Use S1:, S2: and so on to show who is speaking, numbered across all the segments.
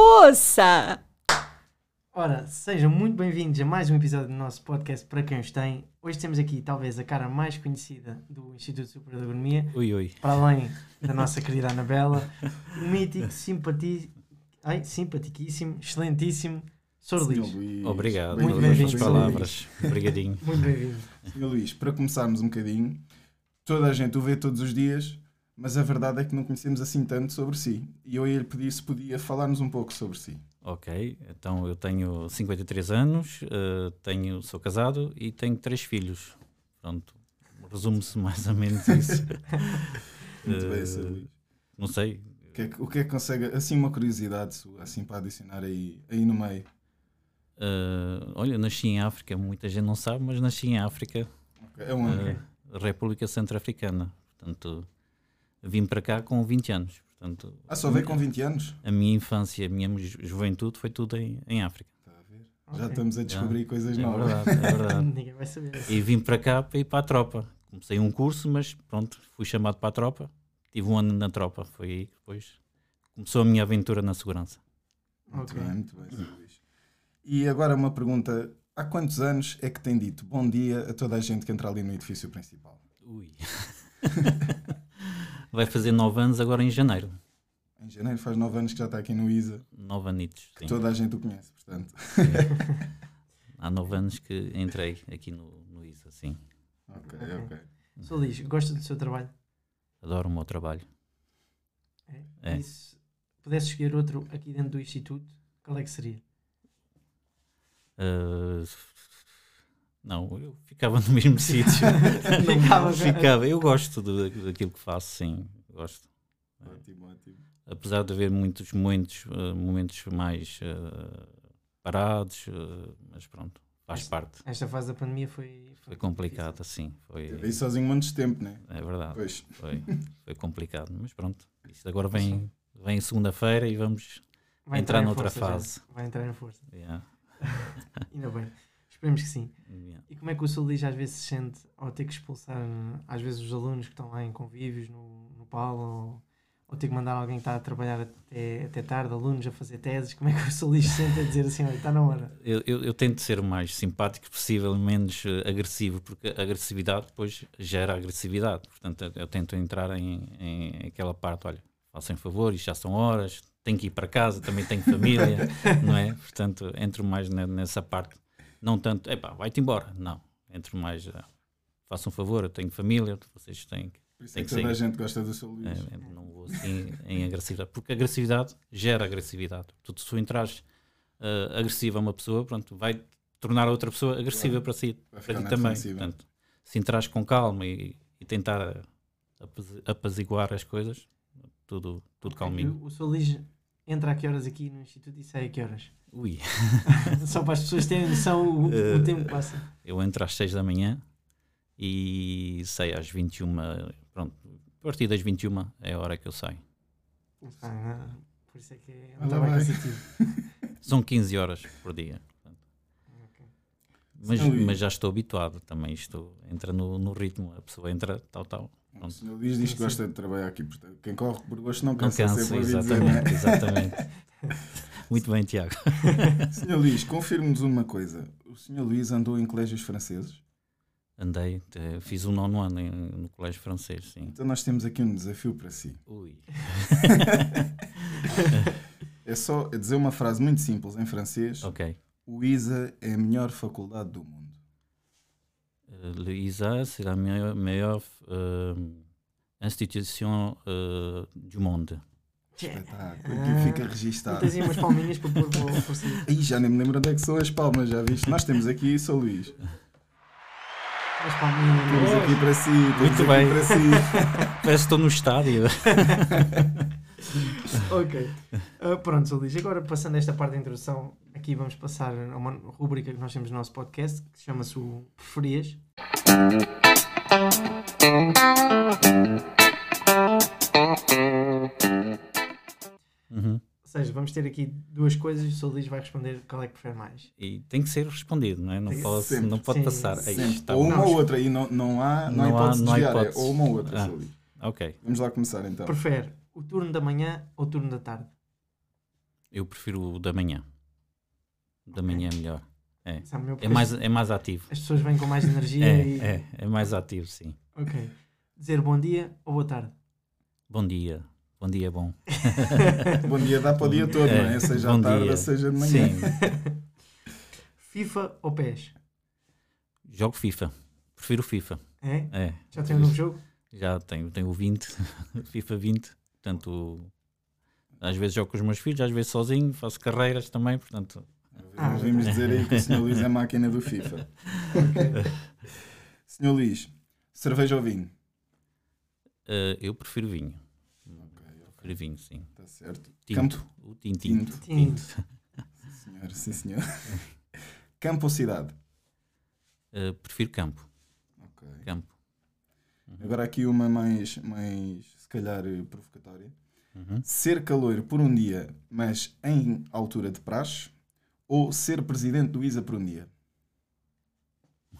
S1: moça!
S2: Ora, sejam muito bem-vindos a mais um episódio do nosso podcast Para Quem Os Tem. Hoje temos aqui, talvez, a cara mais conhecida do Instituto Superior de Agronomia,
S3: Ui, ui.
S2: para além da nossa querida Anabela, o mítico, simpati... Ai, simpaticíssimo, excelentíssimo Sr.
S4: Senhor
S2: Luís.
S4: Luís.
S3: Obrigado
S2: Muito
S3: pelas
S2: bem-vindo,
S3: suas
S2: Sr. Luís.
S3: palavras. Obrigadinho.
S2: Muito bem-vindo.
S4: Senhor Luís, para começarmos um bocadinho, toda a gente o vê todos os dias, mas a verdade é que não conhecemos assim tanto sobre si. E eu ia lhe pedir se podia falar-nos um pouco sobre si.
S3: Ok, então eu tenho 53 anos, eh, tenho, sou casado e tenho três filhos. Pronto, resume-se mais ou menos isso.
S4: Muito
S3: Eh,
S4: bem, Sr. Luís.
S3: Não sei,
S4: O que, é que, o que é que consegue, assim, uma curiosidade sua, assim, para adicionar aí, aí no meio?
S3: eh, olha, nasci em África, muita gente não sabe, mas nasci em África,
S4: Ok, É um
S3: eh, República Centro-Africana. Portanto, vim para cá com 20 anos. Portanto,
S4: Ah, só veio com 20 anos?
S3: a minha infância, a minha ju- juventude foi tudo em, em África.
S4: Está a ver? Já
S2: Ok.
S4: estamos a descobrir coisas
S3: é
S4: novas.
S3: verdade, é verdade.
S2: Ninguém vai saber.
S3: E vim para cá para ir para a tropa. Comecei um curso, mas pronto, fui chamado para a tropa. Tive um ano na tropa. Foi aí que depois começou a minha aventura na segurança.
S4: Muito
S2: Ok.
S4: bem, muito bem, Sr. Luís. E agora uma pergunta. Há quantos anos é que tem dito bom dia a toda a gente que entra ali no edifício principal?
S3: Ui. Vai fazer nove anos agora em janeiro.
S4: Em janeiro faz 9 anos que já está aqui no ISA,
S3: Nove anitos.
S4: que
S3: sim.
S4: toda a gente o conhece, portanto.
S3: Há nove anos que entrei aqui no, no ISA, sim.
S4: Ok,
S2: Ok.
S4: ok.
S2: Sr. Luís, gosta do seu trabalho?
S3: Adoro o meu trabalho. É.
S2: E se pudesse escolher outro aqui dentro do Instituto, qual é que seria?
S3: Ah, não, eu ficava no mesmo sítio.
S2: Ficava-
S3: ficava. Eu gosto do- daquilo que faço, sim. Gosto. É.
S4: Ótimo, ótimo.
S3: apesar de haver muitos momentos, eh, momentos mais eh, parados, eh, mas pronto, faz
S2: Mas-
S3: parte.
S2: Esta fase da pandemia foi...
S3: Foi complicado, assim, foi,
S4: Teve aí sozinho um monte de tempo, né?
S3: é verdade,
S4: Pois,
S3: foi, foi complicado, mas pronto, isto agora vem, vem segunda-feira e vamos
S2: Vai
S3: entrar
S2: em é.
S3: noutra
S2: força já.
S3: fase.
S2: Vai entrar em força.
S3: yeah,
S2: Ainda bem. Esperemos que sim.
S3: yeah.
S2: E como é que o Sr. Luís às vezes se sente ao ter que expulsar, eh, às vezes, os alunos que estão lá em convívios, no, no palo, ou, ou ter que mandar alguém que está a trabalhar até, até tarde, alunos a fazer teses? Como é que o Sr. Luís se sente a dizer assim, olha, está na hora?
S3: Eu, eu, eu tento ser o mais simpático possível, menos eh, agressivo, porque a agressividade depois gera agressividade. Portanto, eu, eu tento entrar em, em aquela parte, olha, façam favor, isto já são horas, tenho que ir para casa, também tenho família, não é? Portanto, entro mais ne- nessa parte. Não tanto, epá, vai-te embora. Não, entro mais, ah, façam favor, eu tenho família, vocês têm que...
S4: por isso
S3: Tem
S4: é
S3: que
S4: que toda
S3: ser.
S4: a gente gosta do seu Luís.
S3: eh, não vou assim em agressividade, porque agressividade gera agressividade. Portanto, se tu entrares eh, agressivo a uma pessoa, pronto, vai tornar a outra pessoa agressiva para si para
S4: Vai ficar
S3: ti
S4: na
S3: também.
S4: defensiva.
S3: Portanto, se entras com calma e, e tentar apazi- apaziguar as coisas, tudo, tudo calminho.
S2: O, o Sr. Luís entra a que horas aqui no Instituto e sai a que horas?
S3: Ui,
S2: Só para as pessoas terem noção o, o
S3: Eh,
S2: tempo que passa.
S3: eu entro às 6 da manhã e saio às 21. Pronto, a partir das 21 é a hora que eu saio.
S2: Ah, não. Por isso é que é um
S4: Ela
S2: trabalho
S4: vai.
S2: cansativo.
S3: São 15 horas por dia. portanto. Mas,
S4: Sim.
S3: mas já estou habituado também. Isto entra no, no ritmo, a pessoa entra, tal, tal.
S4: O senhor Luís diz que gosta de trabalhar aqui, portanto, quem corre por gosto não
S3: Não
S4: cansa,
S3: cansa,
S4: sempre ouvi dizer, né?
S3: exatamente, exatamente. Muito bem, Tiago.
S4: Senhor Luís, confirme-nos uma coisa. O senhor Luís andou em colégios franceses?
S3: Andei, eh, fiz o nono ano em- no colégio francês, sim.
S4: Então nós temos aqui um desafio para si.
S3: Ui.
S4: É só dizer uma frase muito simples em francês.
S3: Ok.
S4: O ISA é a melhor faculdade do mundo.
S3: Euh, Le ISA, c'est la meilleure, meilleure euh, institution euh, du monde.
S2: Yeah.
S4: Espetáculo, aqui fica registado.
S2: Tens aí umas palminhas para pôr para o- para o Sr. Luís.
S4: Aí já nem me lembro onde é que são as palmas, já viste? Nós temos aqui, sou Luís.
S2: Umas palminhas.
S4: Temos aqui para si, temos
S3: Muito
S4: aqui
S3: bem.
S4: para si.
S3: Parece que estou no estádio.
S2: Ok. Ah, pronto, Sr. Luís. Agora, passando esta parte da introdução, aqui vamos passar a uma rubrica que nós temos no nosso podcast, que chama-se o Preferias.
S3: Uhum.
S2: Ou seja, vamos ter aqui duas coisas e o Sr. Luís vai responder qual é que prefere mais.
S3: E tem que ser respondido, não é? Não,
S2: Tem-
S3: posso-
S4: sempre,
S3: não pode
S2: sim,
S3: passar. Aí
S4: Sempre.
S3: está
S4: ou
S3: bom.
S4: uma
S2: Não,
S4: ou outra, e não, não há, não há
S3: não há-
S4: hipótese
S3: não há
S4: de desviar, é
S3: hipótese.
S4: ou uma ou outra,
S3: Ah.
S4: sou Luís.
S3: Ok.
S4: Vamos lá começar então.
S2: Prefere o turno da manhã ou o turno da tarde?
S3: Eu prefiro o da manhã. O da manhã é melhor.
S2: Isso é o meu
S3: É
S2: preço.
S3: mais, é mais ativo.
S2: As pessoas vêm com mais energia e.
S3: É, é, é mais ativo, sim.
S2: Ok. Dizer bom dia ou boa tarde.
S3: Bom dia. Bom dia é bom.
S4: Bom dia dá para o dia todo,
S3: É,
S4: não é? Seja à
S3: bom
S4: tarde,
S3: dia.
S4: seja de manhã.
S3: Sim.
S2: FIFA ou PES?
S3: Jogo FIFA. Prefiro FIFA.
S2: É?
S3: É.
S2: Já tem um novo jogo?
S3: Já tenho, tenho o 20, FIFA 20, portanto, às vezes jogo com os meus filhos, às vezes sozinho, faço carreiras também, portanto,
S2: Ah,
S4: Ouvimos dizer aí que o Sr. Luís é a máquina do FIFA. Sr. Luís, cerveja ou vinho?
S3: eh, eu prefiro vinho. Prefiro vinho, sim.
S4: Está Tá certo.
S3: Tinto.
S4: Campo?
S3: O tinto, tinto.
S4: Tinto.
S2: Tinto.
S4: Sim, senhor. Sim, senhor. Campo ou cidade?
S3: Eh, prefiro campo.
S4: Ok.
S3: Campo.
S4: Agora aqui uma mais, mais se calhar, eh, provocatória.
S3: Uhum.
S4: Ser caloiro por um dia, mas em altura de praxe, ou ser presidente do ISA por um dia?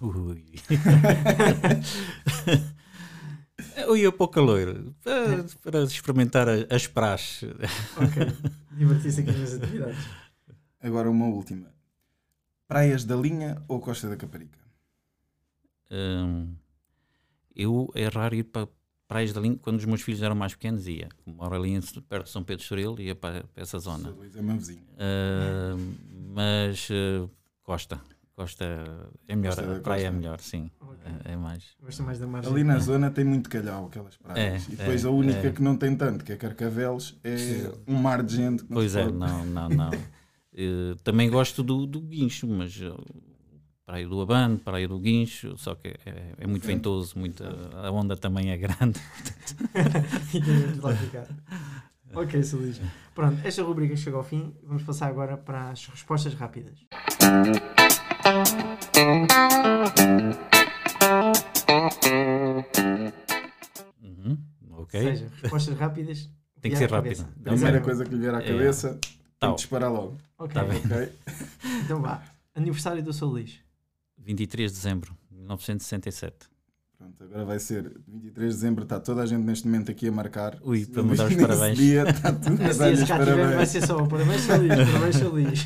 S3: Ui. Eu ia para o calor para, para experimentar a- as praxes.
S2: Ok. Divertir-se aqui nas atividades.
S4: Agora uma última. Praias da Linha ou Costa da Caparica?
S3: Hum, eu é raro ir para praias da linha. Quando os meus filhos eram mais pequenos, ia. Moro ali em- perto de São Pedro de Estoril, ia para, para essa zona.
S4: Sou Luís é meu vizinho.
S3: Hum, mas eh, Costa. Costa é melhor.
S4: Costa da
S3: a praia é
S4: Costa.
S3: melhor, sim.
S2: Ok.
S3: É, é mais.
S2: Gosto mais da margem.
S4: Ali na zona tem muito calhau, aquelas praias.
S3: É,
S4: e depois
S3: é,
S4: a única
S3: é.
S4: que não tem tanto, que é Carcavelos, é
S3: Sim.
S4: um mar de gente. Que não
S3: Pois
S4: se
S3: é,
S4: pode-
S3: não, não, não. Eh, também gosto do, do guincho, mas eh, praia do Abano, praia do guincho, só que é, é muito
S4: Sim.
S3: ventoso, muito, a onda também é grande.
S2: e temos de lá ficar. Ok, Sr. Luís. Pronto, esta rubrica chegou ao fim. Vamos passar agora para as respostas rápidas.
S3: Uhum, ok.
S2: Ou seja, respostas rápidas.
S3: Tem que
S2: vier
S3: ser
S2: à cabeça.
S3: rápida.
S4: Primeira
S2: Exatamente.
S4: coisa que lhe vier à
S3: É.
S4: cabeça, tem
S3: Tal.
S4: que disparar logo.
S2: Ok,
S3: Tá bem.
S4: ok?
S2: então vá. Aniversário do Sr. Luís.
S3: 23 de dezembro de 1967.
S4: Pronto, agora vai ser 23 de dezembro, está toda a gente neste momento aqui a marcar.
S3: Ui,
S4: Se
S3: para
S4: não
S3: me dar os
S4: nesse
S3: parabéns.
S4: Dia, está tudo a
S2: Esse
S4: dar
S2: dia, se
S4: os
S2: cá tiver, vai
S4: parabéns.
S2: ser só. Parabéns, Sr. Luís. Parabéns, Sr. Luís.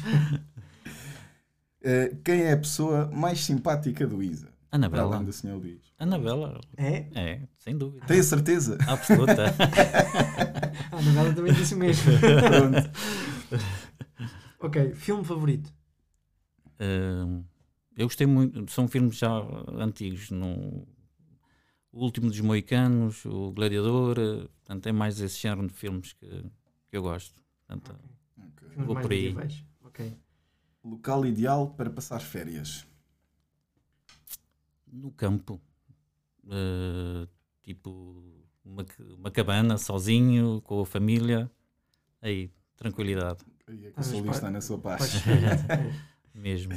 S4: Eh, quem é a pessoa mais simpática do ISA? Para além
S3: Anabela.
S4: do Sr. Luís.
S3: Anabela,
S2: É?
S3: é, sem dúvida.
S4: Tenho certeza.
S3: Absoluta.
S2: A novela Ah, também disse o mesmo.
S4: Pronto.
S2: ok, filme favorito.
S3: Hum, eu gostei muito, são filmes já antigos. No, o Último dos Moicanos, O Gladiador, eh, portanto, é mais esse género de filmes que, que eu gosto. Portanto,
S2: Filmes
S3: Vou
S2: mais
S3: por aí.
S2: medievais. Ok.
S4: Local ideal para passar férias.
S3: no campo, eh, tipo uma, ca- uma cabana, sozinho, com a família, aí, tranquilidade
S4: Aí é que o
S2: Ah,
S4: Sr.
S2: mas
S4: Luís
S2: pa-
S4: está na sua
S2: Pode
S4: paz.
S2: escolher. É.
S3: mesmo.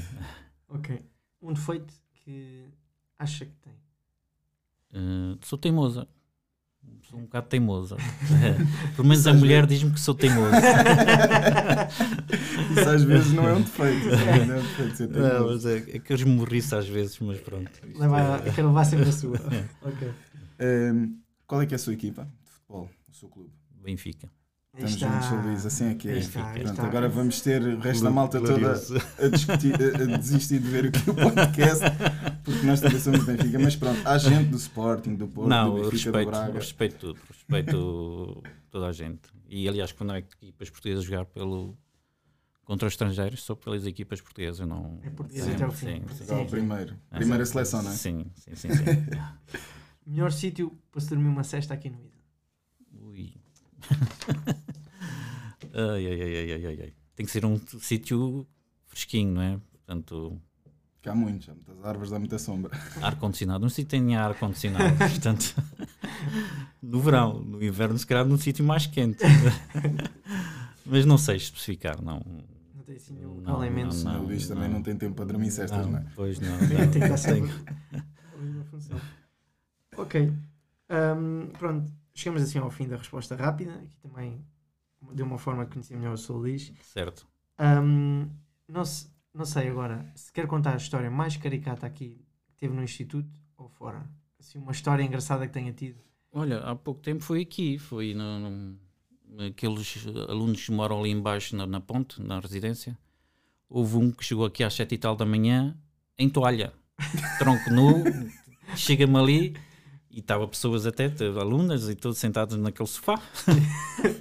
S2: ok. Um defeito que acha que tem.
S3: Eh, sou teimosa. Sou um bocado teimosa. Pelo menos a mulher diz-me que sou teimosa.
S4: Isso às vezes não é um defeito. isso Não é um defeito ser
S3: Não, mas
S4: teimoso.
S3: é, é que eu esmorriço às vezes, mas pronto. isto
S2: Leva,
S3: é-
S2: quero levar sempre a sua.
S4: É.
S2: Ok.
S4: Ahm, qual é que é a sua equipa de futebol? O seu clube?
S3: Benfica.
S2: Aí
S4: Estamos
S2: está.
S4: juntos, Sr. Luís. Assim é que é.
S2: Aí está, aí
S4: Pronto,
S2: está.
S4: agora vamos ter o resto da malta toda
S3: Glorioso.
S4: a, discutir, a, a desistir de ver aqui o podcast, porque nós também somos Benfica. Mas pronto, há gente do Sporting, do Porto,
S3: Não,
S4: do
S3: eu
S4: Benfica,
S3: respeito,
S4: do
S3: eu
S4: Braga.
S3: respeito tudo, respeito toda a gente. E aliás, quando há equipas portuguesas a jogar pelo, contra os estrangeiros, sou pelas equipas portuguesas. Não,
S2: É portuguesa
S3: sempre,
S2: até ao fim.
S3: sim, é
S4: Portugal,
S2: Sim.
S4: primeiro. Primeira seleção, não é?
S3: Sim, sim, sim. sim.
S2: Melhor sítio para se dormir uma cesta aqui no Ida.
S3: Ui. ai, ai, ai, ai, ai, ai, ai. Tem que ser um t- sítio fresquinho, não é? Portanto,
S4: Que há muitos, há muitas árvores, há muita sombra.
S3: ar-condicionado. Um sítio tem ar-condicionado, portanto. No verão, no inverno, se calhar num sítio mais quente. Mas não sei especificar, não.
S2: Não tem assim nenhum
S3: Não,
S2: local em mente.
S4: O
S3: Não,
S4: Sr. Luís também
S3: não.
S4: não tem tempo para dormir cestas, não é?
S3: Pois não.
S2: Tem que estar
S3: não
S2: sempre
S3: tenho.
S2: ali na função. Ok. Ahm, pronto, chegamos assim ao fim da resposta rápida. Aqui também de uma forma que conhecer melhor o Sr. Luís.
S3: Certo.
S2: Ahm, não, se- não sei agora se quer contar a história mais caricata aqui que teve no Instituto ou fora. Assim, uma história engraçada que tenha tido.
S3: Olha, há pouco tempo foi aqui, foi no, no- aqueles alunos que moram ali embaixo na, na ponte, na residência, houve um que chegou aqui às sete e tal da manhã, em toalha, tronco nu, chega-me ali e estava pessoas até, t- alunas e todos sentados naquele sofá.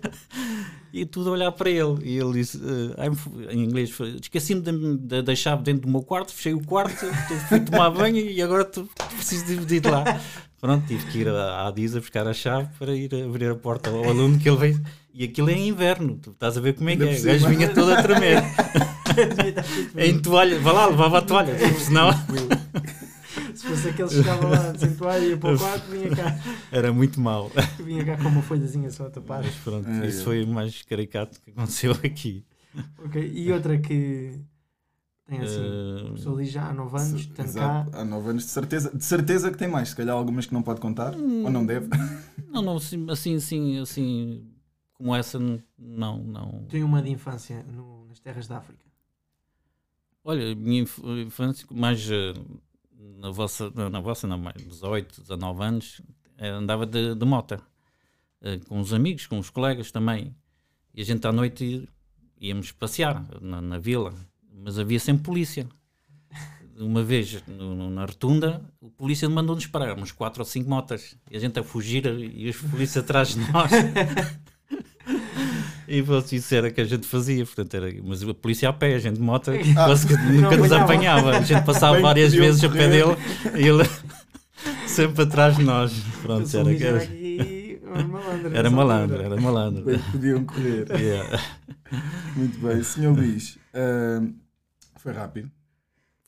S3: E tudo a olhar para ele. E ele disse, eh, I'm f- em inglês, foi, esqueci-me da, da, da chave dentro do meu quarto, fechei o quarto, fui tomar banho e agora tu, tu preciso de, de ir lá. Pronto, tive que ir à, à Disa buscar a chave para ir abrir a porta ao aluno que ele veio. E aquilo é inverno, tu estás a ver como é que
S4: Ainda
S3: é.
S4: por
S3: O gajo
S4: cima.
S3: vinha todo a tremer, em toalha, vá lá, levava a toalha, senão
S2: Se fosse aquele que chegava lá, sem toalha, ia para o quarto, vinha cá,
S3: era muito mau.
S2: vinha cá com uma folhazinha só a tapar.
S3: Mas pronto,
S4: Ai,
S3: isso
S4: ai.
S3: foi o mais caricato que aconteceu aqui.
S2: Ok, E outra que tem assim,
S3: É. Eh,
S2: começou ali já há 9 anos,
S4: Se-
S2: estando cá.
S4: Exato, há 9 anos, de certeza, de certeza que tem mais, se calhar algumas que não pode contar, ou não deve.
S3: Não, não, assim, assim, assim, assim como essa, n- não, não.
S2: Tem uma de infância no- nas terras da África.
S3: Olha, a minha inf- infância, mais eh, na vossa, na na vossa não, mais 18, 19 anos, eh, andava de, de mota, eh, com os amigos, com os colegas também. E a gente à noite íamos passear na, na vila, mas havia sempre polícia. Uma vez no- no- na rotunda, o polícia mandou-nos parar, uns 4 ou 5 motas, e a gente a fugir e os polícia atrás de nós. E pronto, isso era o que a gente fazia, portanto, era, mas a polícia a pé, a gente de moto, quase que nunca nos
S2: apanhava.
S3: apanhava. A gente passava
S4: Bem que
S3: várias
S4: podiam
S3: vezes a pé dele
S4: correr.
S3: e ele sempre atrás de nós.
S2: Eu
S3: Pronto,
S2: sou
S3: era,
S4: um
S2: ligeiro
S3: era,
S2: aqui, era malandro.
S3: era
S2: nessa
S3: malandro,
S2: altura.
S3: era malandro.
S4: Bem, podiam correr.
S3: Yeah.
S4: Muito bem, senhor Luís, ahm, foi rápido.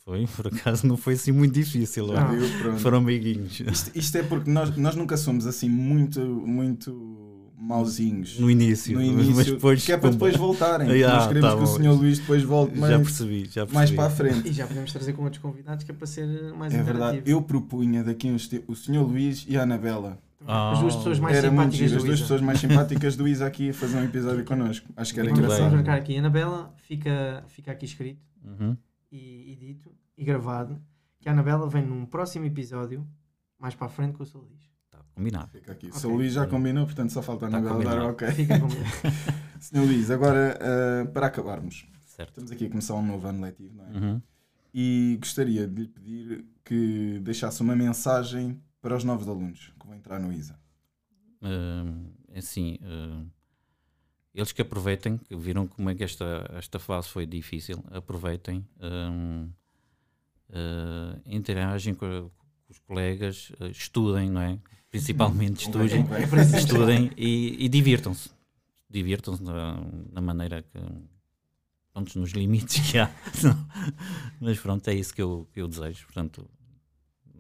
S3: Foi, por acaso, não foi assim muito difícil.
S4: Já
S3: olha.
S2: Não.
S4: viu, pronto.
S3: Foram amiguinhos.
S4: Isto, isto é porque nós, nós nunca somos assim muito, muito mauzinhos
S3: No início,
S4: no início,
S3: mas depois,
S4: que é para
S3: pumba,
S4: depois voltarem.
S3: Yeah,
S4: nós queremos
S3: tá
S4: que o
S3: bom.
S4: senhor Luís depois volte
S3: já
S4: mais,
S3: percebi, já percebi.
S4: mais para a frente.
S2: E já podemos trazer com outros convidados que é para ser mais
S4: É verdade,
S2: interativo.
S4: eu propunha daqui uns tempos o senhor Luís e a Anabela.
S3: Ah,
S2: As duas pessoas mais
S4: Era muito
S2: simpáticas
S4: giro, as
S2: do
S4: duas
S2: Isa.
S4: pessoas mais simpáticas do Isa aqui a fazer um episódio connosco. Acho que era
S3: Muito
S2: Vamos
S4: engraçado.
S2: marcar aqui. Anabela fica, fica aqui escrito
S3: Uhum.
S2: e, e dito e gravado que a Anabela vem num próximo episódio, mais para a frente, com o seu Luís.
S3: Tá, combinado.
S4: Fica aqui.
S2: Ok.
S4: O senhor Luís já combinou, portanto só falta a
S3: Tá
S4: Anabela dar
S3: combinado.
S4: ok.
S2: Fica comigo.
S4: Senhor Luís, agora ah, para acabarmos,
S3: Certo.
S4: estamos aqui a começar um novo ano letivo, não é?
S3: Uhum.
S4: E gostaria de lhe pedir que deixasse uma mensagem para os novos alunos que vão entrar no ISA.
S3: Hum, é assim, hum, eles que aproveitem, que viram como é que esta, esta fase foi difícil, aproveitem, hum, eh, interagem com, a- com os colegas, eh, estudem, não é? Principalmente
S4: Uhum.
S3: estudem,
S4: Convém,
S2: É
S4: convém.
S2: para isso que
S3: estudem e, e divirtam-se. Divirtam-se na, na maneira que. Pronto, nos limites que há. Mas pronto, é isso que eu, que eu desejo. Portanto,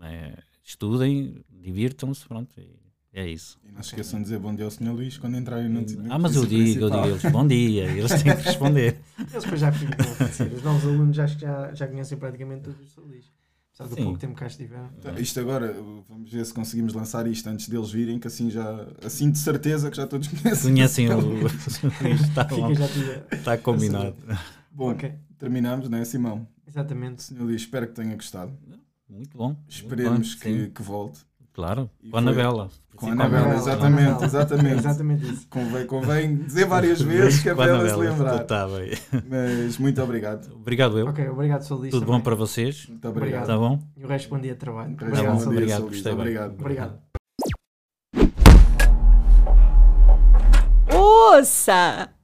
S3: é, estudem, divirtam-se, pronto, e é isso.
S4: E não se esqueçam de dizer bom dia ao senhor Luís quando entrarem no no
S3: Ah, mas eu
S4: curso
S3: digo, eu digo
S4: é principal.
S3: a eles bom dia, eles têm que responder.
S2: Eles depois já ficam a conhecer. Os novos alunos acho que já, já conhecem praticamente todos os solis. Apesar do
S3: Sim.
S2: pouco tempo que cá estiveram.
S4: Então, Isto agora, vamos ver se conseguimos lançar isto antes deles virem, que assim já, assim de certeza que já todos conhecem.
S3: Conhecem o. Está Tá bom,
S2: Fica já tudo.
S3: está combinado.
S4: Bom,
S2: Ok,
S4: terminamos, não é, Simão?
S2: exatamente.
S4: Senhor Luís, espero que tenha gostado.
S3: Muito bom. muito
S4: Esperemos
S3: bom,
S4: que,
S3: sim,
S4: que volte.
S3: Claro,
S4: e
S3: com a
S4: foi-
S3: Anabela.
S4: Com a Anabela, exatamente,
S2: É
S4: exatamente.
S2: exatamente isso.
S4: Convém, convém dizer várias vezes que é
S3: Com a
S4: para ela se
S3: Anabela,
S4: lembrar.
S3: Tá bem.
S4: Mas muito obrigado.
S3: Obrigado, eu.
S2: Ok, obrigado, Solis.
S3: Tudo bom para vocês?
S4: Muito obrigado.
S3: Está bom?
S2: E o resto, bom dia de trabalho.
S4: Tá
S3: Tá
S4: Obrigado,
S3: bom,
S4: Luís,
S2: Solis.
S3: obrigado,
S4: Luís,
S3: gostei. bem.
S4: obrigado.
S2: Obrigado.
S1: Ouça!